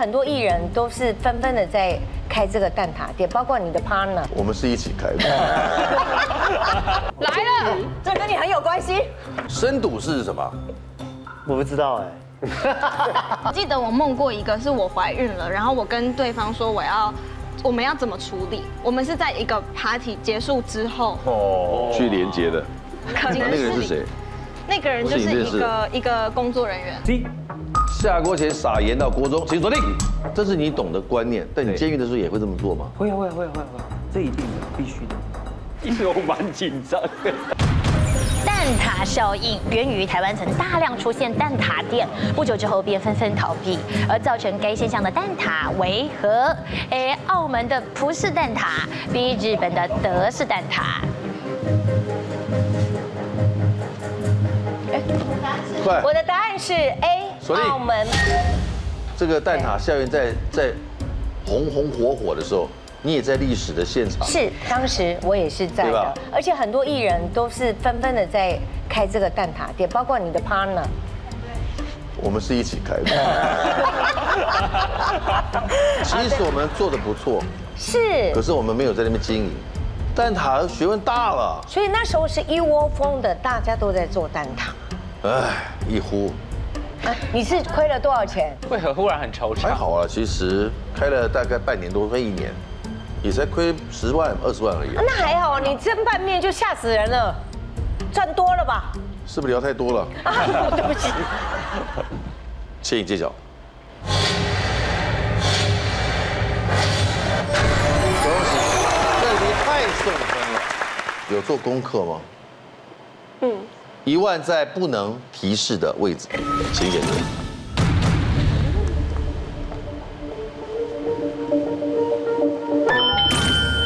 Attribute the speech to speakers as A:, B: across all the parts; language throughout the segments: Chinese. A: 很多艺人都是纷纷的在开这个蛋挞店，包括你的 partner，
B: 我们是一起开的。
C: 来了，
A: 这跟你很有关 系。
B: 深赌是什么？
D: 我不知道哎、
C: 我记得我梦过一个，是我怀孕了，然后我跟对方说我要，我们要怎么处理？我们是在一个 party 结束之后，
E: 去连接的。
C: 可
B: 哦那
C: 能
B: 那个人是谁？
C: 那个人就是一个一个工作人员，
B: 下锅前撒盐到锅中，请锁定。这是你懂的观念，但你监狱的时候也会这么做吗？
D: 会啊会啊会啊会啊会啊，这一定的，必须的。
F: 我蛮紧张的。
G: 蛋挞效应源于台湾曾大量出现蛋挞店，不久之后便纷纷逃避，而造成该现象的蛋挞为何？诶，澳门的葡式蛋挞比日本的德式蛋挞。
B: 快，
A: 我的答案是 A，
B: 锁定
A: 澳门
B: 这个蛋挞校园在在红红火火的时候，你也在历史的现场。
A: 是当时我也是在
B: 对吧
A: 的，而且很多艺人都是纷纷的在开这个蛋挞店，包括你的 partner。
B: 我们是一起开的。 其实我们做的不错，
A: 是
B: 可，是我们没有在那边经营。蛋挞学问大了，
A: 所以那时候是一窝蜂的，大家都在做蛋挞。
B: 哎，一呼
A: 啊你是亏了多少钱？
F: 为何忽然很惆怅
B: 还？好啊，其实开了大概半年多，快一年，也才亏十万二十万而已
A: 啊，那还好，你蒸拌面就吓死人了，赚多了吧？
B: 是不是聊太多了？
A: 啊，对不 起，
B: 牵引揭晓。恭喜，这题太送分了。有做功课吗？嗯。一万在不能提示的位置，请选择。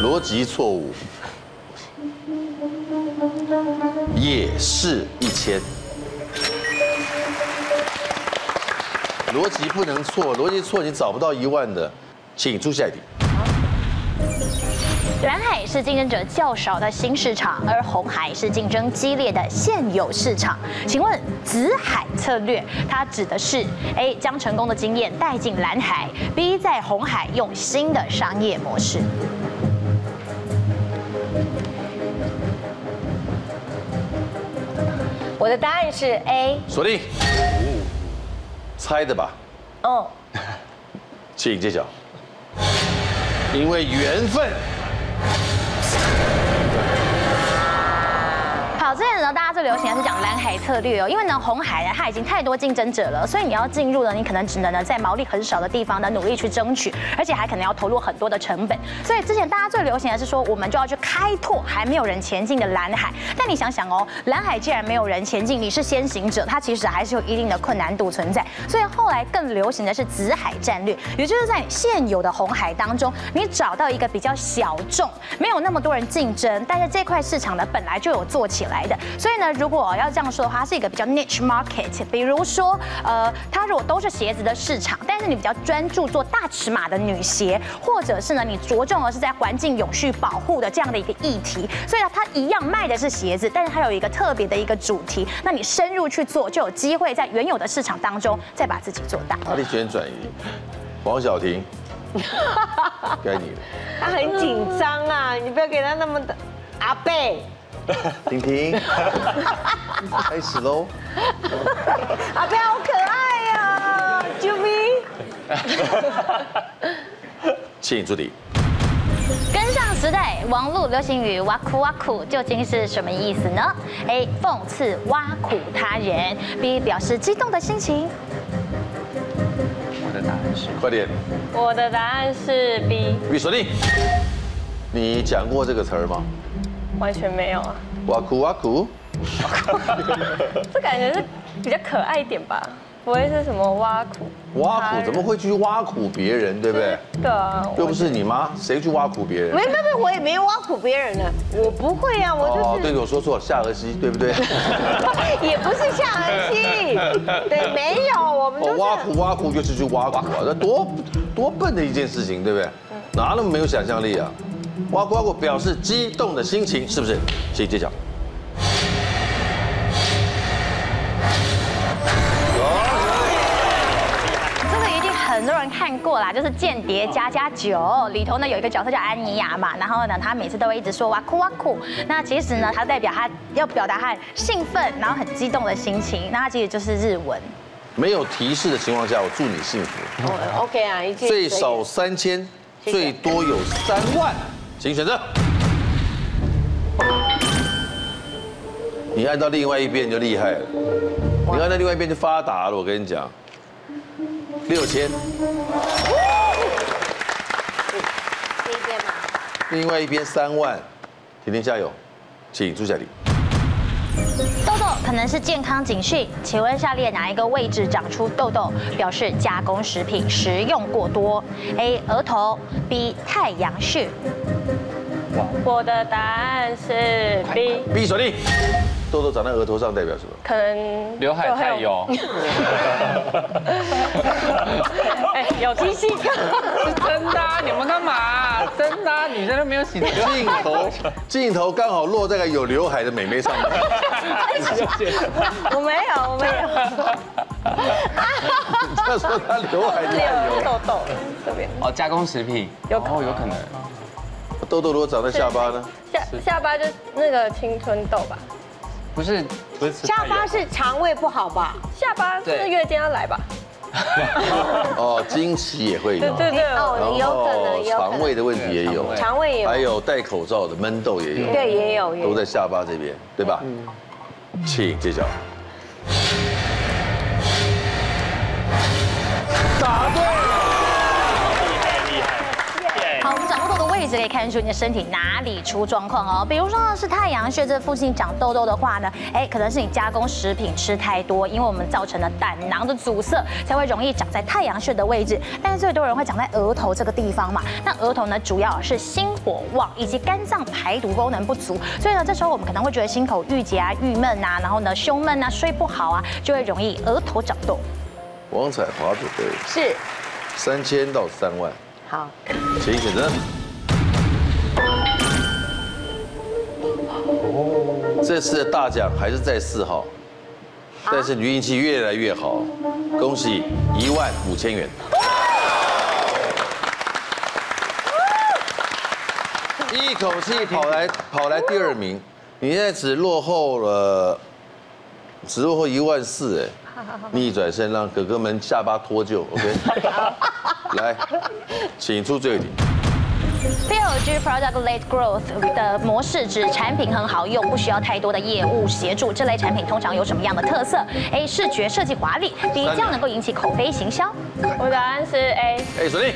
B: 逻辑错误。也是一千。逻辑不能错，逻辑错你找不到一万的，请出下一题。
G: 蓝海是竞争者较少的新市场，而红海是竞争激烈的现有市场。请问紫海策略，它指的是 A 将成功的经验带进蓝海，B 在红海用新的商业模式。
A: 我的答案是 A。
B: 锁定，哦猜的吧，
A: 哦，
B: 请揭晓。因为缘分，
G: 好，之前呢，大家最流行的是讲蓝海策略哦，因为呢，红海呢，它已经太多竞争者了，所以你要进入呢，你可能只能呢，在毛利很少的地方呢，努力去争取，而且还可能要投入很多的成本。所以之前大家最流行的是说，我们就要去开拓还没有人前进的蓝海。但你想想哦，蓝海既然没有人前进，你是先行者，它其实还是有一定的困难度存在。所以后来更流行的是紫海战略，也就是在现有的红海当中，你找到一个比较小众、没有那么多人竞争，但是这块市场呢本来就有做起来的。所以呢，如果要这样说的话，它是一个比较 niche market。比如说，呃，它如果都是鞋子的市场，但是你比较专注做大尺码的女鞋，或者是呢你着重的是在环境永续保护的这样的一个议题，所以呢它一样卖的是鞋子，但是它有一个特别的一个主题，那你深入去做，就有机会在原有的市场当中再把自己做大。
B: 哪里选转移？黄晓婷，该你了。
A: 他很紧张啊，你不要给他那么的阿贝，
B: 婷婷，开始喽。
A: 阿贝好可爱呀、啊，啾咪。
B: 请助理，
G: 跟上时代，网络流行语“挖苦挖苦”究竟是什么意思呢？A. 讽刺挖苦他人；B. 表示激动的心情。
F: 我的答案是
B: 快点，
H: 我的答案是 B，
B: 预锁定。你讲过这个词儿吗？
H: 完全没有啊，
B: 哇酷哇酷，
H: 这感觉是比较可爱一点吧，不会是什么挖苦。
B: 挖
A: 哎
B: 苦怎么会去挖苦别人，对不对？
H: 对啊，
B: 又不是你妈，谁去挖苦别人？
A: 没没没，我也没挖苦别人呢，我不会啊，我
B: 哦，
A: 就是、
B: 对，我说错，夏荷西，对不对？
A: 也不是下儿戏，对，没有， 我们就
B: 哦，
A: 是
B: 挖苦挖苦就是去挖苦啊，那多多笨的一件事情，对不对？
A: 嗯
B: 哪那么没有想象力啊？挖苦挖苦表示激动的心情，是不是？请揭晓。
G: 这个一定很多人看过啦，就是《间谍加加酒》里头呢有一个角色叫安妮亚嘛，然后呢她每次都会一直说哇酷哇酷，那其实呢她代表她要表达她很兴奋，然后很激动的心情，那她其实就是日文。
B: 没有提示的情况下，我祝你幸福。
I: 哦 OK 啊，一句
B: 最少三千，
I: 谢谢
B: 最多有三万，请选择。你按到另外一边就厉害了，你按到另外一边就发达了。我跟你讲，六千，
I: 这一边嘛，
B: 另外一边三万，甜甜加油，请朱夏玲。
G: 痘痘可能是健康警讯，请问下列哪一个位置长出痘痘，表示加工食品食用过多？A. 额头，B. 太阳穴。
H: 我的答案是 B，
B: B 锁定，痘痘长在额头上代表什么？
H: 可能
F: 刘海太油，
H: 哎，有机性，
F: 是 真的啊、你们干嘛啊、真的啊、女生都没有洗头，
B: 镜头， 镜头刚好落在个有刘海的美眉上 面。
H: 我没有，我没有，
B: 他说他刘海太
H: 有
B: 油，
H: 痘痘这边
F: 哦，加工食品，
H: 有可能
F: 哦，有可能，
B: 痘痘如果长在下巴呢？
H: 下下巴就那个青春痘吧，
F: 不是不是
I: 下巴是肠胃不好吧？
H: 下巴是不是
F: 对
H: 月经要来吧？
B: 哦，经期也会
H: 对
B: 有，
H: 对对，
I: 哦
B: 然
I: 有可
B: 后
I: 能有可
B: 肠
I: 能
B: 胃的问题也有，
F: 对
I: 肠胃
B: 还
I: 有，
B: 有戴口罩的闷痘也有，
I: 对，也有，也
B: 都
I: 有。
B: 在下巴这边，对吧？请揭晓。
G: 好，我们长痘痘的位置可以看出你的身体哪里出状况哦。比如说呢是太阳穴这附近长痘痘的话呢，哎，可能是你加工食品吃太多，因为我们造成了胆囊的阻塞，才会容易长在太阳穴的位置。但是最多人会长在额头这个地方嘛。那额头呢，主要是心火旺以及肝脏排毒功能不足，所以呢，这时候我们可能会觉得心口郁结啊、郁闷啊，然后呢胸闷啊、睡不好啊，就会容易额头长痘。
B: 王彩华准备
I: 是，
B: 三千到三万，
I: 好，
B: 请选择。这次的大奖还是在四号，
I: 啊
B: 但是你运气越来越好，恭喜一万五千元。一口气跑来跑来第二名，你现在只落后了，只落后一万四
I: 啊
B: 哎，逆转身让哥哥们下巴脱臼，OK？来，请出最后一题。
G: PLG Product Led Growth 的模式指产品很好用，不需要太多的业务协助。这类产品通常有什么样的特色？A. 视觉设计华丽，B.
B: 三
G: 这样能够引起口碑行销。
H: 我答案是 A，
B: 哎，锁定。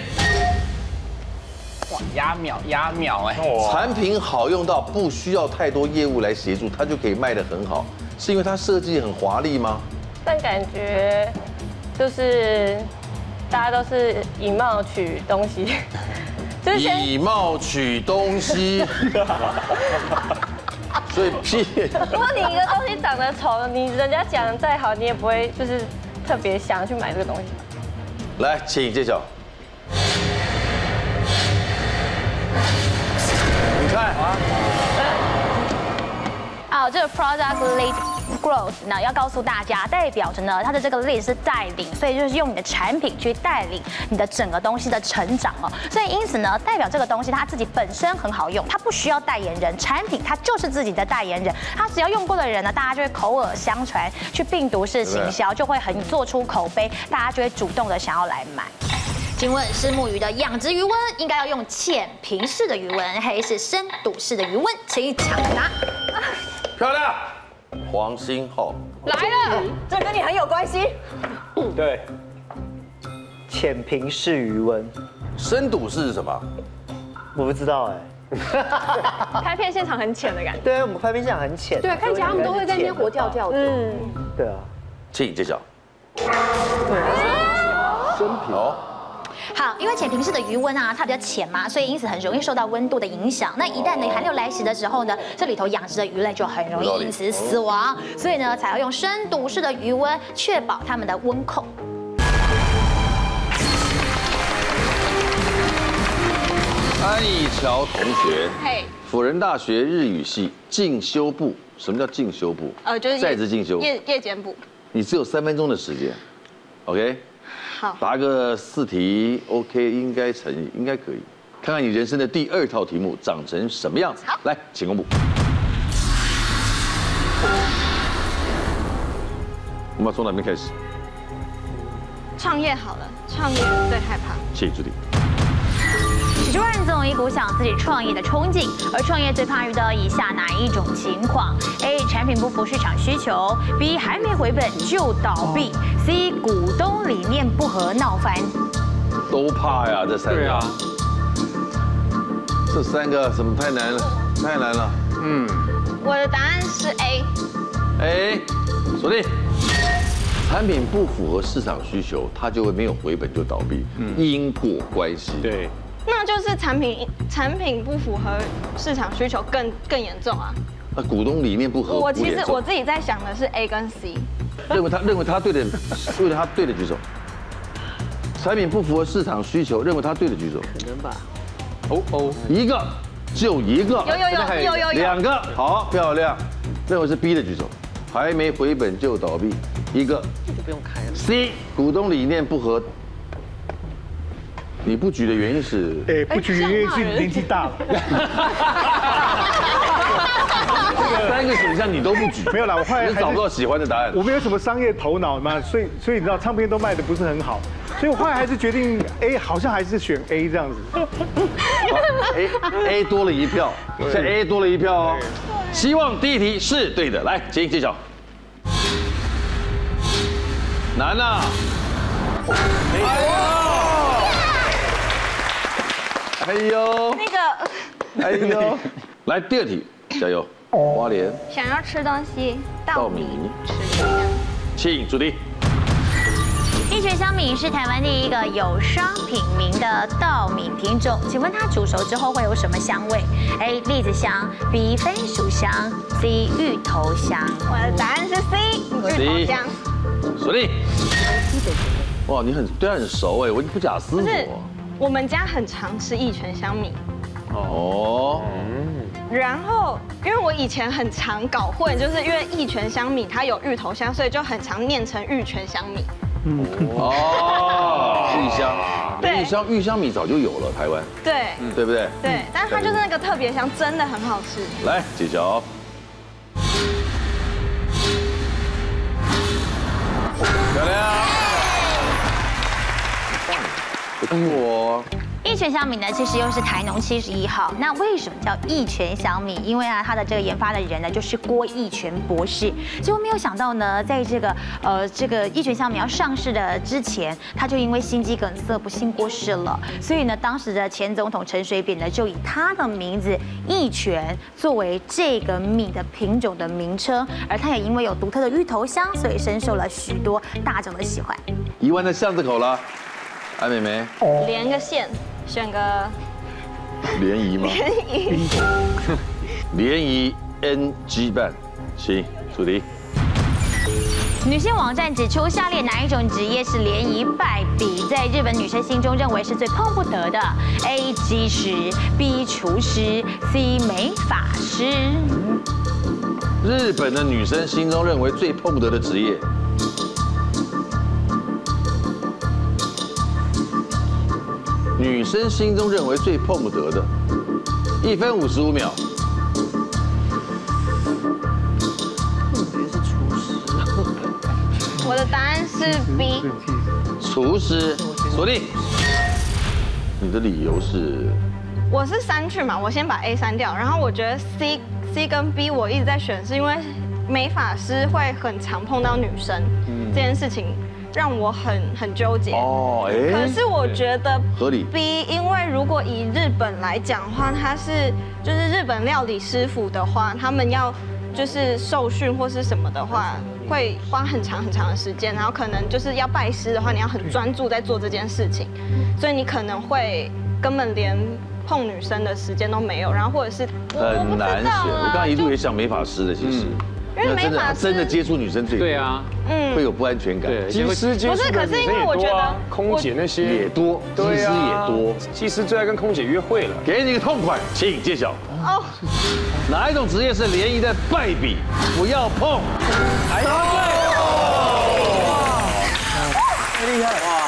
F: 哇压秒压秒哎，
B: 产品好用到不需要太多业务来协助，它就可以卖得很好，是因为它设计很华丽吗？
H: 但感觉就是大家都是以貌取东 西，就是先
B: 以貌取东西，所以 P
H: 如果你一个东西长得丑，你人家讲得再好，你也不会就是特别想要去买这个东西。
B: 来，请揭晓。你看，
G: 啊，这个 Product Led Growth 呢，要告诉大家，代表着呢，它的这个 lead 是带领，所以就是用你的产品去带领你的整个东西的成长哦。所以因此呢，代表这个东西它自己本身很好用，它不需要代言人，产品它就是自己的代言人，它只要用过的人呢，大家就会口耳相传，去病毒式行销，就会很做出口碑，大家就会主动的想要来买。请问石目鱼的养殖鱼温应该要用浅平式的鱼温，还是深度式的鱼温？请抢答。
B: 漂亮，黄星浩，
I: 这跟你很有关系。
F: 对，
D: 浅平式余温，
B: 深度是什么？
D: 我不知道 哎。
C: 拍片现场很浅的感觉。
D: 对啊，我们拍片现场很浅。
I: 对，看起来他们都会在那边活跳跳的。
D: 对啊，
B: 请揭晓。好，
G: 好，因为浅平式的余温啊，它比较浅嘛，所以因此很容易受到温度的影响。那一旦呢寒流来袭的时候呢，这里头养殖的鱼类就很容易因此死亡，所以呢才要用深度式的余温，确保它们的温控。
B: 安以乔同学。
C: 嘿，
B: 辅仁大学日语系进修部，什么叫进修部？
C: 呃，就是
B: 在职进修。
C: 夜夜间部。
B: 你只有三分钟的时间，OK？
C: 好，
B: 答个四题，OK，应该成，应该可以。看看你人生的第二套题目长成什么样子。来，请公布。我们要从哪边开始？
C: 创业好了，创业最害怕。
B: 谢谢朱迪。
G: 许多人总有一股想自己创业的冲劲，而创业最怕遇到以下哪一种情况？A. 产品不符市场需求；B. 还没回本就倒闭；C. 股东理念不合闹翻。
B: 都怕呀，这三
F: 对
B: 个
F: 啊，，
B: 这三个怎么太难了？太难了。
F: 嗯，
C: 我的答案是 A，
B: 哎，锁定。产品不符合市场需求，它就会没有回本就倒闭，因果关系。，
E: 对，
C: 那就是产品产品不符合市场需求更更严重啊。
B: 那股东理念不合，
C: 我
B: 哦不
C: 其实
B: 严重
C: 我自己在想的是 A 跟 C，
B: 认为他认为他对的，认为他对的举手。产品不符合市场需求，认为他对的举手。
F: 哦哦，
B: 一个，就一个。
C: 有
F: 这
C: 有
F: 边还有一
C: 有
F: 个
C: 有有有，
B: 两个，好漂亮。认为是 B 的举手，还没回本就倒闭，一个。这就不用开了。C 股东理念不合，你不举的原因是？
J: 哎，不举，因为是年纪大了。
B: 三个选项你都不举，
J: 没有啦我后来
B: 你
J: 还是
B: 找不到喜欢的答案
J: 我。没有什么商业头脑嘛，所以所以你知道唱片都卖的不是很好，所以我后来还是决定 A，好像还是选 A 这样子。
B: A A 多了一票，现在 A 多了一票哦。希望第一题是对的，来，请揭晓。难啊！哎呦，
C: 那个
B: 哎呦，哎呦，来第二题，加油！花莲，
C: 想要吃东西，
B: 稻
C: 稻
B: 米
C: 米吃这样
B: 请主题。
G: 一拳香米是台湾第一个有商品名的稻米品种，请问它煮熟之后会有什么香味？A. 栗子香；B. 番薯香；C. 芋头香。
C: 我的答案是 C，芋头酱。
B: 锁定。哇，你很对他很熟哎，我不假思
C: 不
B: 索
C: 是。，我们家很常吃一拳香米，
B: 哦，
C: 然后因为我以前很常搞混，就是因为一拳香米它有芋头香，所以就很常念成玉泉香米。
B: 哦， 玉香，
C: 对
B: 玉香玉香米早就有了，台湾，
C: 对
B: 对不对？嗯
C: 对，但是它就是那个特别香，真的很好吃。
B: 来，揭晓。漂亮！不错哦，
G: 一拳香米呢，其实又是台农七十一号。那为什么叫一拳香米？因为啊，它的这个研发的人呢，就是郭义全博士。结果没有想到呢，在这个呃这个一拳香米要上市的之前，他就因为心肌梗塞不幸过世了。所以呢，当时的前总统陈水扁呢，就以他的名字一拳作为这个米的品种的名称，而它也因为有独特的芋头香，所以深受了许多大众的喜欢。
B: 一万在巷子口了。安美眉，
C: 连个线，选个
B: 联谊 吗？联谊，联谊 NG 办，请主题。
G: 女性网站指出，下列哪一种职业是联谊败笔？在日本女生心中认为是最碰不得的？A. 技师，B. 厨师，C. 美发师。
B: 日本的女生心中认为最碰不得的职业，女生心中认为最碰不得的，一分五十五秒。
C: 我的答案是 B，
B: 厨师锁定。你的理由是
C: 我是删去嘛，我先把 A 删掉。然后我觉得 C C 跟 B 我一直在选，是因为美发师会很常碰到女生，这件事情让我很很纠结。
B: 哦，
C: 可
B: 哎，
C: 是我觉得
B: 合理
C: B，因为如果以日本来讲的话，它是就是日本料理师傅的话，他们要就是受训或是什么的话，会花很长很长的时间，然后可能就是要拜师的话，你要很专注在做这件事情，所以你可能会根本连碰女生的时间都没有，然后或者是我我
B: 很
C: 不知
B: 难选。
C: 道啊
B: 我刚刚一度也想美发师的，其实，
C: 嗯因为
B: 真
C: 美发
B: 的
C: 师
B: 真的接触女生最多
F: 对，啊，
C: 嗯
B: 会有不安全感。
K: 啊
F: 对，
E: 技师接
C: 不
E: 触
C: 是
E: 的
C: 可是
E: 女
C: 因
E: 生
C: 为
E: 也
C: 我觉
E: 多啊
C: 得，
E: 空姐那些
B: 也多，技师
E: 对
B: 也
E: 啊
B: 多，
E: 技师最爱跟空姐约会了。
B: 给你个痛快，请揭晓。
C: 哦，
B: 哪一种职业是联谊的败笔？不要碰。哎呀，对，太厉害哇！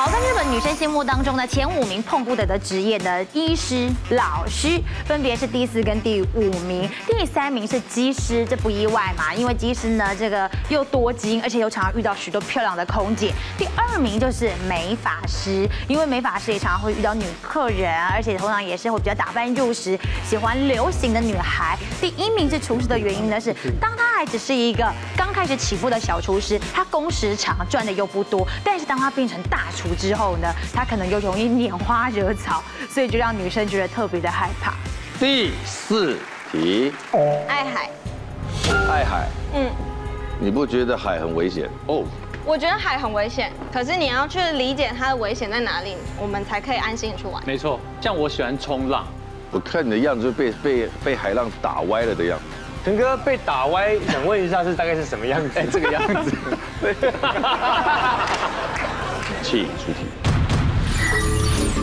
G: 好，在日本女生心目当中呢，前五名碰不得的职业呢，医师、老师，分别是第四跟第五名。第三名是机师，这不意外嘛，因为机师呢，这个又多金，而且又常常遇到许多漂亮的空姐。第二名就是美发师，因为美发师也常常会遇到女客人，而且通常也是会比较打扮入时，喜欢流行的女孩。第一名是厨师的原因呢，是当他还只是一个刚开始起步的小厨师，他工时长，赚的又不多，但是当他变成大厨之后呢，他可能又容易拈花惹草，所以就让女生觉得特别的害怕。
B: 第四题，
C: 爱海，
B: 爱海，
C: 嗯，
B: 你不觉得海很危险哦？
C: 我觉得海很危险，可是你要去理解它的危险在哪里，我们才可以安心地去玩。
E: 没错，像我喜欢冲浪，
B: 我看你的样子就被被被海浪打歪了的样子。
E: 腾哥被打歪，想问一下是大概是什么样
K: 哎
E: 子？这个样 子。
B: 气出题。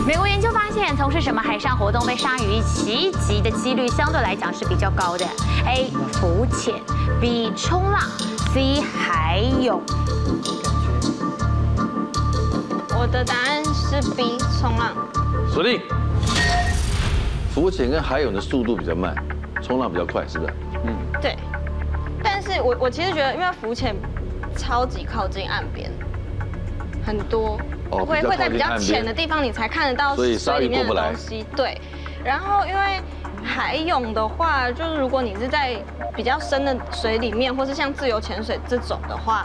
G: 美国研究发现，从事什么海上活动被鲨鱼袭击的几率相对来讲是比较高的？A. 浮潜，B. 冲浪，C. 海泳。
C: 我的答案是 B，冲浪。
B: 锁定。浮潜跟海泳的速度比较慢，冲浪比较快，是不是？
C: 对，但是我我其实觉得，因为浮潜超级靠近岸边，很多，
B: 哦
C: 会
B: 比较
C: 会在
B: 靠近
C: 比较
B: 岸边
C: 浅的地方你才看得到
B: 所以鲨
C: 水
B: 鱼
C: 里面
B: 过
C: 的
B: 不来
C: 东西。对，然后因为海泳的话，就是如果你是在比较深的水里面，或是像自由潜水这种的话，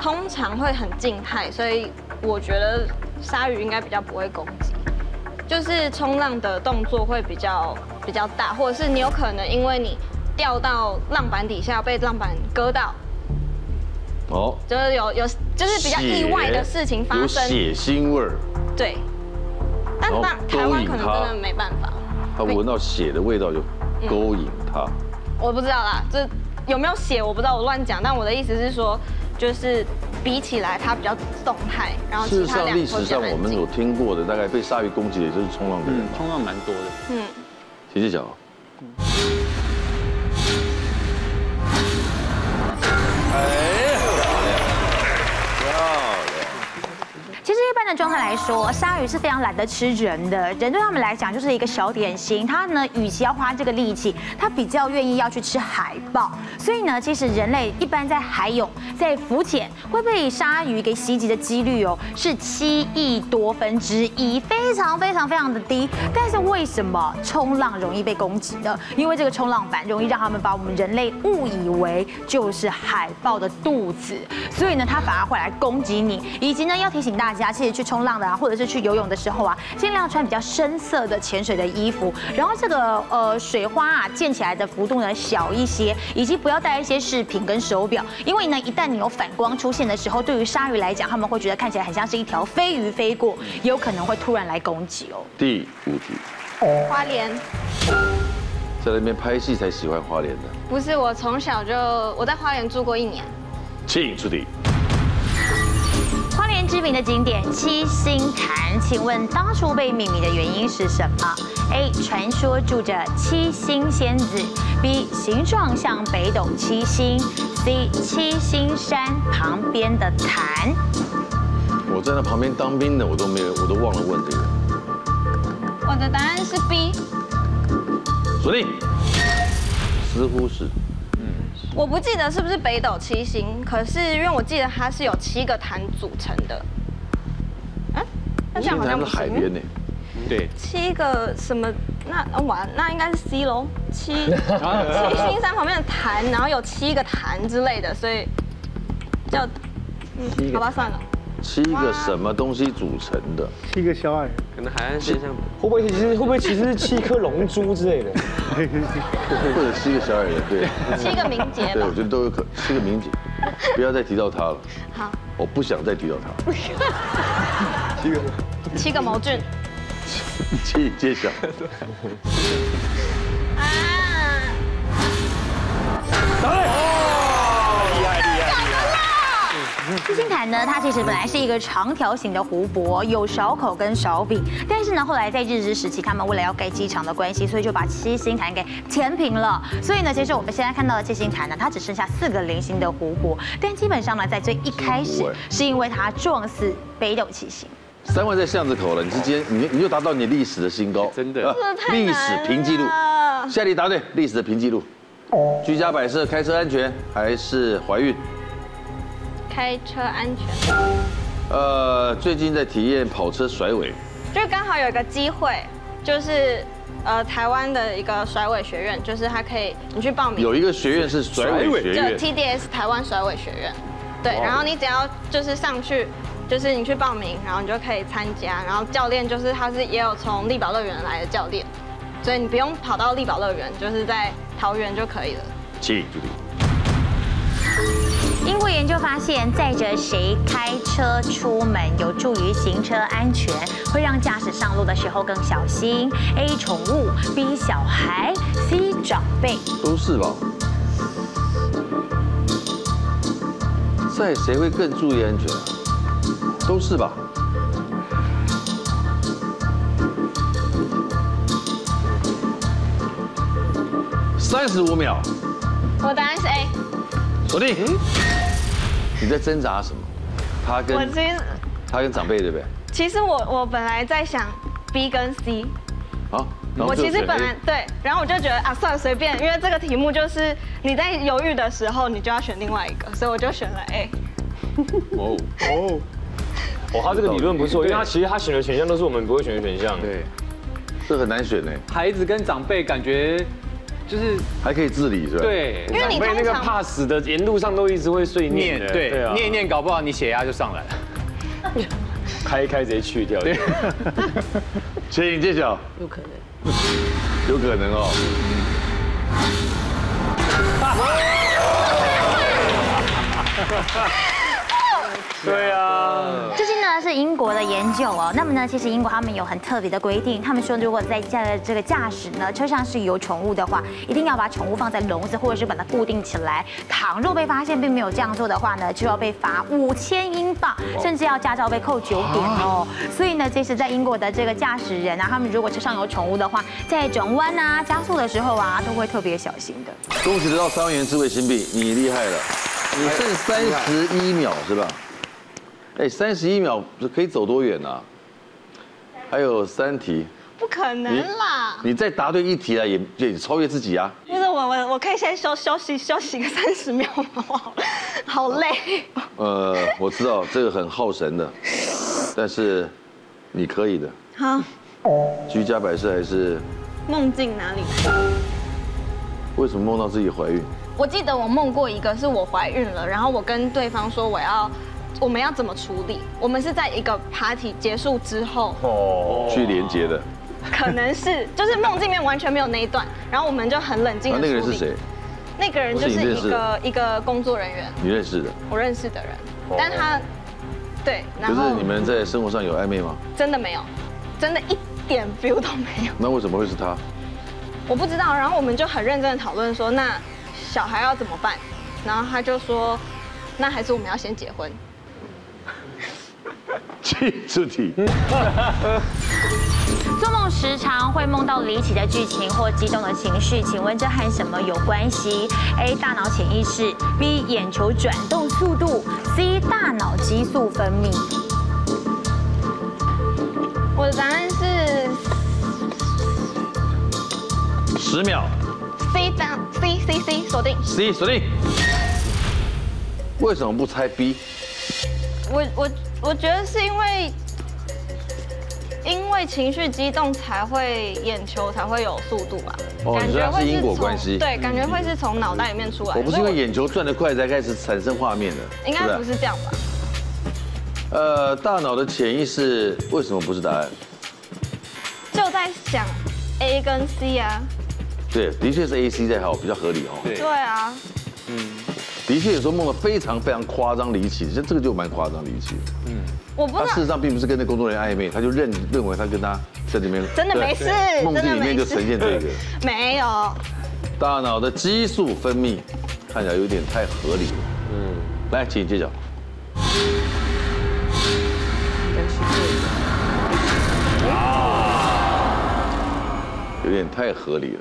C: 通常会很静态，所以我觉得鲨鱼应该比较不会攻击。就是冲浪的动作会比较比较大，或者是你有可能因为你掉到浪板底下被浪板割到，
B: 哦，
C: 就是有有就是比较意外的事情发生，
B: 有血腥味儿，
C: 对。但
B: 然后
C: 那台湾可能
B: 勾引
C: 真
B: 他
C: 的没办法，
B: 他闻到血的味道就勾引他。
C: 我不知道啦，这有没有写我不知道，我乱讲。但我的意思是说，就是比起来它比较动态，然后
B: 事实
C: 其他
B: 上，
C: 两
B: 历
C: 个
B: 史
C: 会比较
B: 上我
C: 安
B: 们所
C: 静。
B: 听过的，大概被鲨鱼攻击的就是冲浪的人
E: 嗯，
B: 吧。
E: 冲浪蛮多的。
C: 嗯，
B: 谁先讲啊？
G: 其实一般的状态来说，鲨鱼是非常懒得吃人的，人对他们来讲就是一个小点心。它呢，与其要花这个力气，它比较愿意要去吃海豹。所以呢，其实人类一般在海泳、在浮潜会被鲨鱼给袭击的几率哦，是七亿多分之一，非常非常非常的低。但是为什么冲浪容易被攻击呢？因为这个冲浪板容易让他们把我们人类误以为就是海豹的肚子，所以呢，它反而会来攻击你。以及呢，要提醒大家，其实去冲浪的啊，或者是去游泳的时候啊，尽量穿比较深色的潜水的衣服，然后这个呃水花啊溅起来的幅度呢小一些，以及不要戴一些饰品跟手表，因为呢，一旦你有反光出现的时候，对于鲨鱼来讲，他们会觉得看起来很像是一条飞鱼飞过，有可能会突然来攻击哦。
B: 第五题，
C: 花莲
B: 在那边拍戏才喜欢花莲的，
C: 不是我从小就我在花莲住过一年，
B: 请出题。
G: 花莲知名的景点七星潭，请问当初被命名的原因是什么？A. 传说住着七星仙子；B. 形状像北斗七星；C. 七星山旁边的潭。
B: 我在那旁边当兵的，我都没有，我都忘了问这个。
C: 我的答案是 B。
B: 锁定。似乎是
C: 我不记得是不是北斗七星，可是因为我记得它是有七个潭组成的。嗯，那这样好像
B: 是
C: 不
B: 海
C: 行。
B: 边呢，
E: 对，
C: 七个什么？那哦完，那应该是 C 喽。七七星山旁边的潭，然后有七个潭之类的，所以叫嗯，好吧，算了。
B: 七个什么东西组成 的？
J: 七个小矮人
F: 可能海岸线上
E: 会不会其实会不会其实是七颗龙珠之类的？
J: 嘿嘿嘿
B: 或者七个小矮人？对，
C: 七个名节
B: 对，
C: 吧
B: 我。觉得都有可七个名字，不要再提到他了。
C: 好，
B: 我不想再提到他了。
C: 七个毛俊。
B: 请你揭晓。
C: 啊！
G: 七星潭呢，它其实本来是一个长条形的湖泊，有勺口跟勺柄，但是呢，后来在日治时期，他们为了要盖机场的关系，所以就把七星潭给填平了。所以呢，其实我们现在看到的七星潭呢，它只剩下四个零星的湖泊，但基本上呢，在最一开
B: 是
G: 始
B: 湖哎
G: 是因为它撞死北斗七星。
B: 三万在巷子口了，你之间你你又达到你历史的新高， 真的历史平记录。下题答对，历史的平记录。居家摆设、开车安全还是怀孕？
C: 开车安全，
B: 呃，最近在体验跑车甩尾，
C: 就刚好有一个机会，就是呃台湾的一个甩尾学院，就是它可以你去报名，
B: 有一个学院是甩尾学院
C: 就。TDS 台湾甩尾学院，对，
B: 哇
C: 然后你只要就是上去，就是你去报名，然后你就可以参加，然后教练就是他是也有从力宝乐园来的教练，所以你不用跑到力宝乐园，就是在桃园就可以了。
B: 记住，
G: 英国研究发现，载着谁开车出门有助于行车安全，会让驾驶上路的时候更小心。A 宠物，B 小孩，C 长辈。
B: 都是吧？在谁会更注意安全啊？都是吧？三十五秒，
C: 我答案是 A，
B: 锁定。
C: 嗯
B: 你在挣扎什么？他
C: 我
B: 跟
C: 其实
B: 他跟长辈对不对？
C: 其实我我本来在想 B 跟 C，
B: 好，然后
C: 我
B: 就哎
C: 其实
B: 选
C: 本
B: A
C: 来对，然后我就觉得啊算了随便，因为这个题目就是你在犹豫的时候，你就要选另外一个，所以我就选了 A。
H: 哦哦，哦，他这个理论不错，因为他其实他选的选项都是我们不会选的选项。对，
B: 这很难选呢。
K: 孩子跟长辈感觉就是
B: 还可以自理是吧？
K: 对，
H: 因为你长辈那个通常怕
K: 死的沿路上都一直会碎
H: 念的对
K: 对，
H: 啊
K: 念一念搞不好你血压就上来了。
H: 开一开直接去掉。对，
B: 所以你揭晓，
L: 有可能。
B: 有可能 哦。
H: 对啊，
G: 就是呢，是英国的研究哦。那么呢，其实英国他们有很特别的规定，他们说如果在驾这个驾驶呢车上是有宠物的话，一定要把宠物放在笼子或者是把它固定起来。倘若被发现并没有这样做的话呢，就要被罚五千英镑，甚至要驾照被扣九点哦。所以呢，其实，在英国的这个驾驶人啊，他们如果车上有宠物的话，在转弯啊、加速的时候啊，都会特别小心的。
B: 恭喜得到三万元智慧新币，你厉害了，你剩三十一秒是吧？哎，三十一秒可以走多远啊？还有三题，
C: 不可能啦！
B: 你再答对一题啊，也也超越自己啊。
C: 不是我我我可以先休休息休息个三十秒吗？我好好累。
B: 呃，我知道这个很耗神的，但是你可以的。
C: 好，
B: 居家摆设还是
C: 梦境哪里？
B: 为什么梦到自己怀孕？
C: 我记得我梦过一个是我怀孕了，然后我跟对方说我要我们要怎么处理。我们是在一个 party 结束之后，
B: 哦，去连接的。
C: 可能是就是梦境里面完全没有那一段，然后我们就很冷静
B: 啊
C: 的，
B: 那个人
C: 处
B: 是
C: 理。
B: 谁？
C: 那个人就
B: 不是你
C: 是
B: 认识的
C: 一个一个工作人员，
B: 你认识的？
C: 我认识的人
B: 哦，
C: 但他对，
B: 可
C: 然
B: 是
C: 后
B: 你们在生活上有暧昧吗？
C: 真的没有，真的一点 feel 都没有。
B: 那为什么会是他？
C: 我不知道，然后我们就很认真的讨论说，那小孩要怎么办？然后他就说，那还是我们要先结婚。
B: 记住题。
G: 做梦时常会梦到离奇的剧情或激动的情绪，请问这和什么有关系？A. 大脑潜意识，B. 眼球转动速度，C. 大脑激素分泌。
C: 我的答案是
B: 十秒
C: C 档 C C C 锁定。
B: ，C 锁定。为什么不猜 B？
C: 我我我觉得是因为因为情绪激动才会眼球才会有速度吧，
B: 哦你说它是因果
C: 从
B: 关系
C: 对，感觉会是从脑袋里面出来的。
B: 我不是因
C: 所
B: 为啊
C: 以
B: 眼球转得快才开始产生画面的，
C: 我应该不是这样吧？
B: 呃，大脑的潜意识为什么不是答案？
C: 就在想 A 跟 C 啊，
B: 对，的确是 A C 在好，比较合理哦。
C: 对，啊，
B: 嗯，的确有时候梦到非常非常夸张离奇，像这个就蛮夸张离奇的。嗯，
C: 我不
B: 他事
C: 知
B: 实
C: 道。
B: 上并不是跟那工作人员暧昧，他就认认为他跟他在里面
C: 真的没事嗯
B: 对，梦
C: 真
B: 境
C: 的
B: 里面
C: 没
B: 就
C: 事。
B: 呈现这个。
C: 没有，
B: 大脑的激素分泌看起来有点太合理了。嗯，来，请揭晓。
C: 啊
B: 有点太合理了。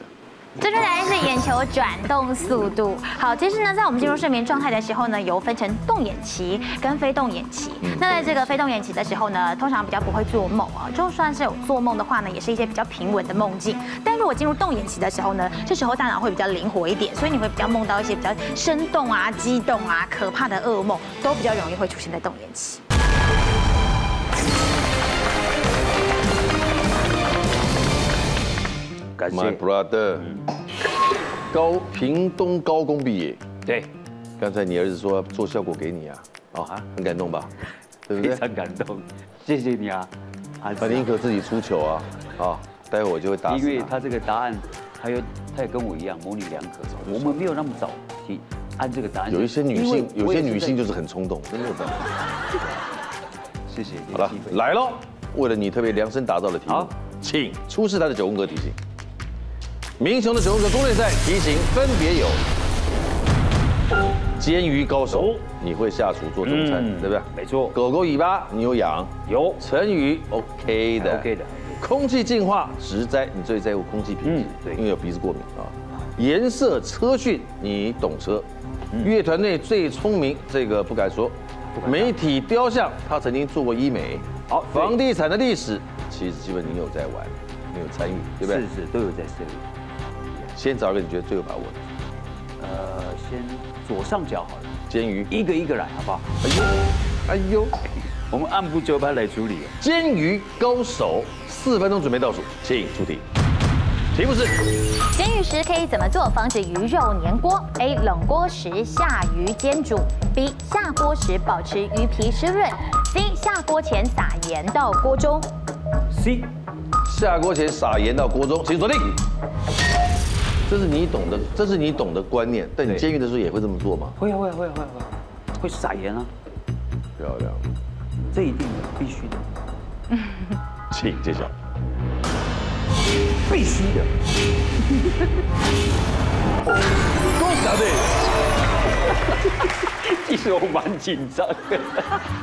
G: 正确答案是眼球转动速度。好，其实呢，在我们进入睡眠状态的时候呢，有分成动眼期跟非动眼期。那在这个非动眼期的时候呢，通常比较不会做梦啊，就算是有做梦的话呢，也是一些比较平稳的梦境。但如果进入动眼期的时候呢，这时候大脑会比较灵活一点，所以你会比较梦到一些比较生动啊、激动啊、可怕的噩梦，都比较容易会出现在动眼期。
B: 感谢 My brother，高屏东高工毕业。
K: 对，
B: 刚才你儿子说要做效果给你啊，
C: 哦
B: 啊，很感动吧？对不对？
K: 非常啊感动，谢谢你啊，啊
B: 他宁可自己出球啊，啊，待会我就会打死
K: 因为
B: 他。
K: 他这个答案，他又他也跟我一样模棱两可，我们没有那么早去按这个答案。
B: 有一些女
K: 因为
B: 性，有
K: 我
B: 些
K: 也是
B: 女
K: 在
B: 性就是很冲动，真的有办法。
K: 谢谢。
B: 好了，来喽！为了你特别量身打造的题目，请出示他的九宫格题型。民雄的九宫格攻略赛题型分别有：煎鱼高手，你会下厨做中餐，对不对？
K: 哦嗯没错。
B: 狗狗尾巴，你有养？
K: 有。
B: 成语 OK 的
K: ，OK 的。
B: 空气净化植栽，你最在乎空气
K: 嗯
B: 品质，对，因为有鼻子过敏啊。颜色车讯，你懂车。
K: 嗯
B: 乐团内最聪明，这个不敢说。媒体雕像，他曾经做过医美。
K: 好，
B: 房地产的历史，其实基本你有在玩，你有参与，对不对？
K: 是是都有在这里。
B: 先找一个你觉得最有把握的，
K: 呃，先左上角好了，
B: 煎鱼，
K: 一个一个来，好不好？
B: 哎呦，哎呦，
K: 我们按部就班来处理。
B: 煎鱼高手，四分钟准备倒数，请出题。题目是
G: 煎鱼时可以怎么做防止鱼肉粘锅？A. 冷锅时下鱼煎煮；B. 下锅时保持鱼皮湿润；C. 下锅前撒盐到锅中。
K: C，
B: 下锅前撒盐到锅中，请锁定。这是你懂的，这是你懂的观念。但你监狱的时候也会这么做吗？
K: 会啊会啊会啊会啊会啊，会撒盐啊，
B: 漂亮，
K: 这一定的，必须的，
B: 请揭晓。
K: 必须的。
B: 都答对。
K: 其实我蛮紧张的。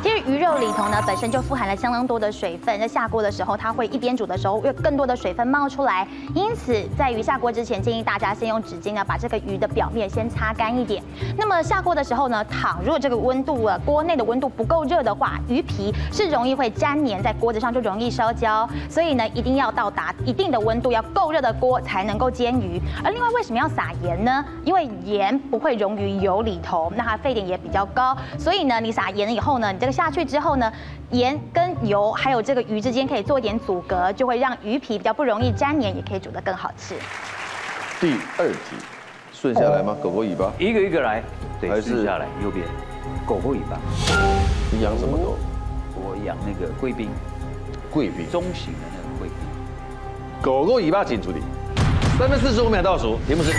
G: 其实鱼肉里头呢，本身就富含了相当多的水分，在下锅的时候，它会一边煮的时候，有更多的水分冒出来。因此，在鱼下锅之前，建议大家先用纸巾呢，把这个鱼的表面先擦干一点。那么下锅的时候呢，倘若这个温度啊，锅内的温度不够热的话，鱼皮是容易会粘黏在锅子上，就容易烧焦。哦所以呢，一定要到达一定的温度，要够热的锅才能够煎鱼。而另外，为什么要撒盐呢？因为盐不会溶于油里头，那它沸点也比较高，所以呢，你撒盐以后呢，你这个下去之后呢，盐跟油还有这个鱼之间可以做一点阻隔，就会让鱼皮比较不容易粘黏，也可以煮得更好吃。
B: 第二题，顺下来吗？
K: 哦
B: 狗狗尾巴，
K: 一个一个来，对，
B: 还
K: 还
B: 是
K: 是下来右边，狗后尾巴。
B: 你养什么狗？
K: 我养那个贵宾，
B: 贵宾，
K: 中型的那个贵宾。
B: 狗狗尾巴请出题。三分四十五秒倒数，题目是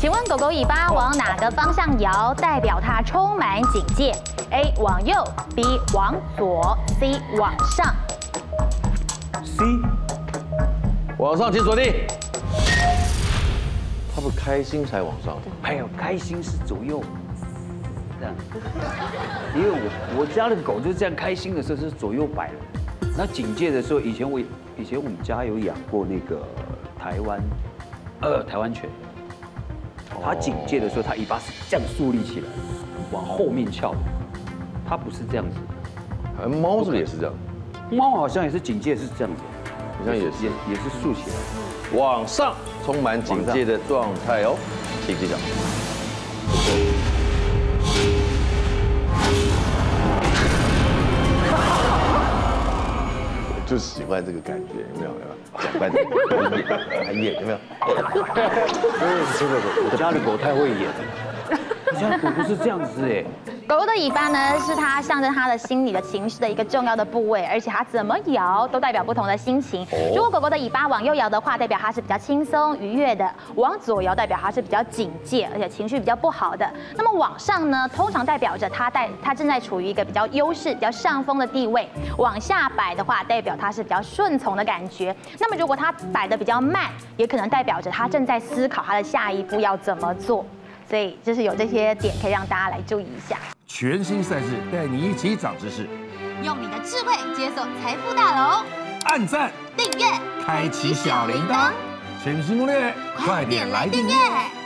G: 请问狗狗尾巴往哪个方向摇，代表它充满警戒？A. 往右，B. 往左，C. 往上。
K: C，
B: 往上请锁定。他不开心才往上，
K: 还有开心是左右，这样。因为我我家的狗就是这样，开心的时候是左右摆的。那警戒的时候，以前我以前我们家有养过那个台湾，呃，台湾犬。它警戒的时候，它尾巴是这样竖立起来，往后面翘的。它不是这样子。
B: 哎猫是不是也是这样？
K: 猫好像也是警戒是这样子，
B: 好像也是
K: 也也是竖起来。
B: 往上，充满警戒的状态哦，请揭晓。我就喜欢这个感觉，有没 有？有没有？讲半天，还演有没有？哎
K: 我家的狗太会演了，我家的狗不是这样子哎。
G: 狗狗的尾巴呢，是它象征它的心理的情绪的一个重要的部位，而且它怎么摇都代表不同的心情。如果狗狗的尾巴往右摇的话，代表它是比较轻松愉悦的；往左摇代表它是比较警戒，而且情绪比较不好的。那么往上呢，通常代表着它在它正在处于一个比较优势、比较上风的地位；往下摆的话，代表它是比较顺从的感觉。那么如果它摆的比较慢，也可能代表着它正在思考它的下一步要怎么做。所以就是有这些点可以让大家来注意一下。
M: 全新赛事带你一起长知识，
G: 用你的智慧解锁财富大楼，
M: 按赞
G: 订阅
M: 开启小铃铛，
B: 全新攻略，快点来订阅。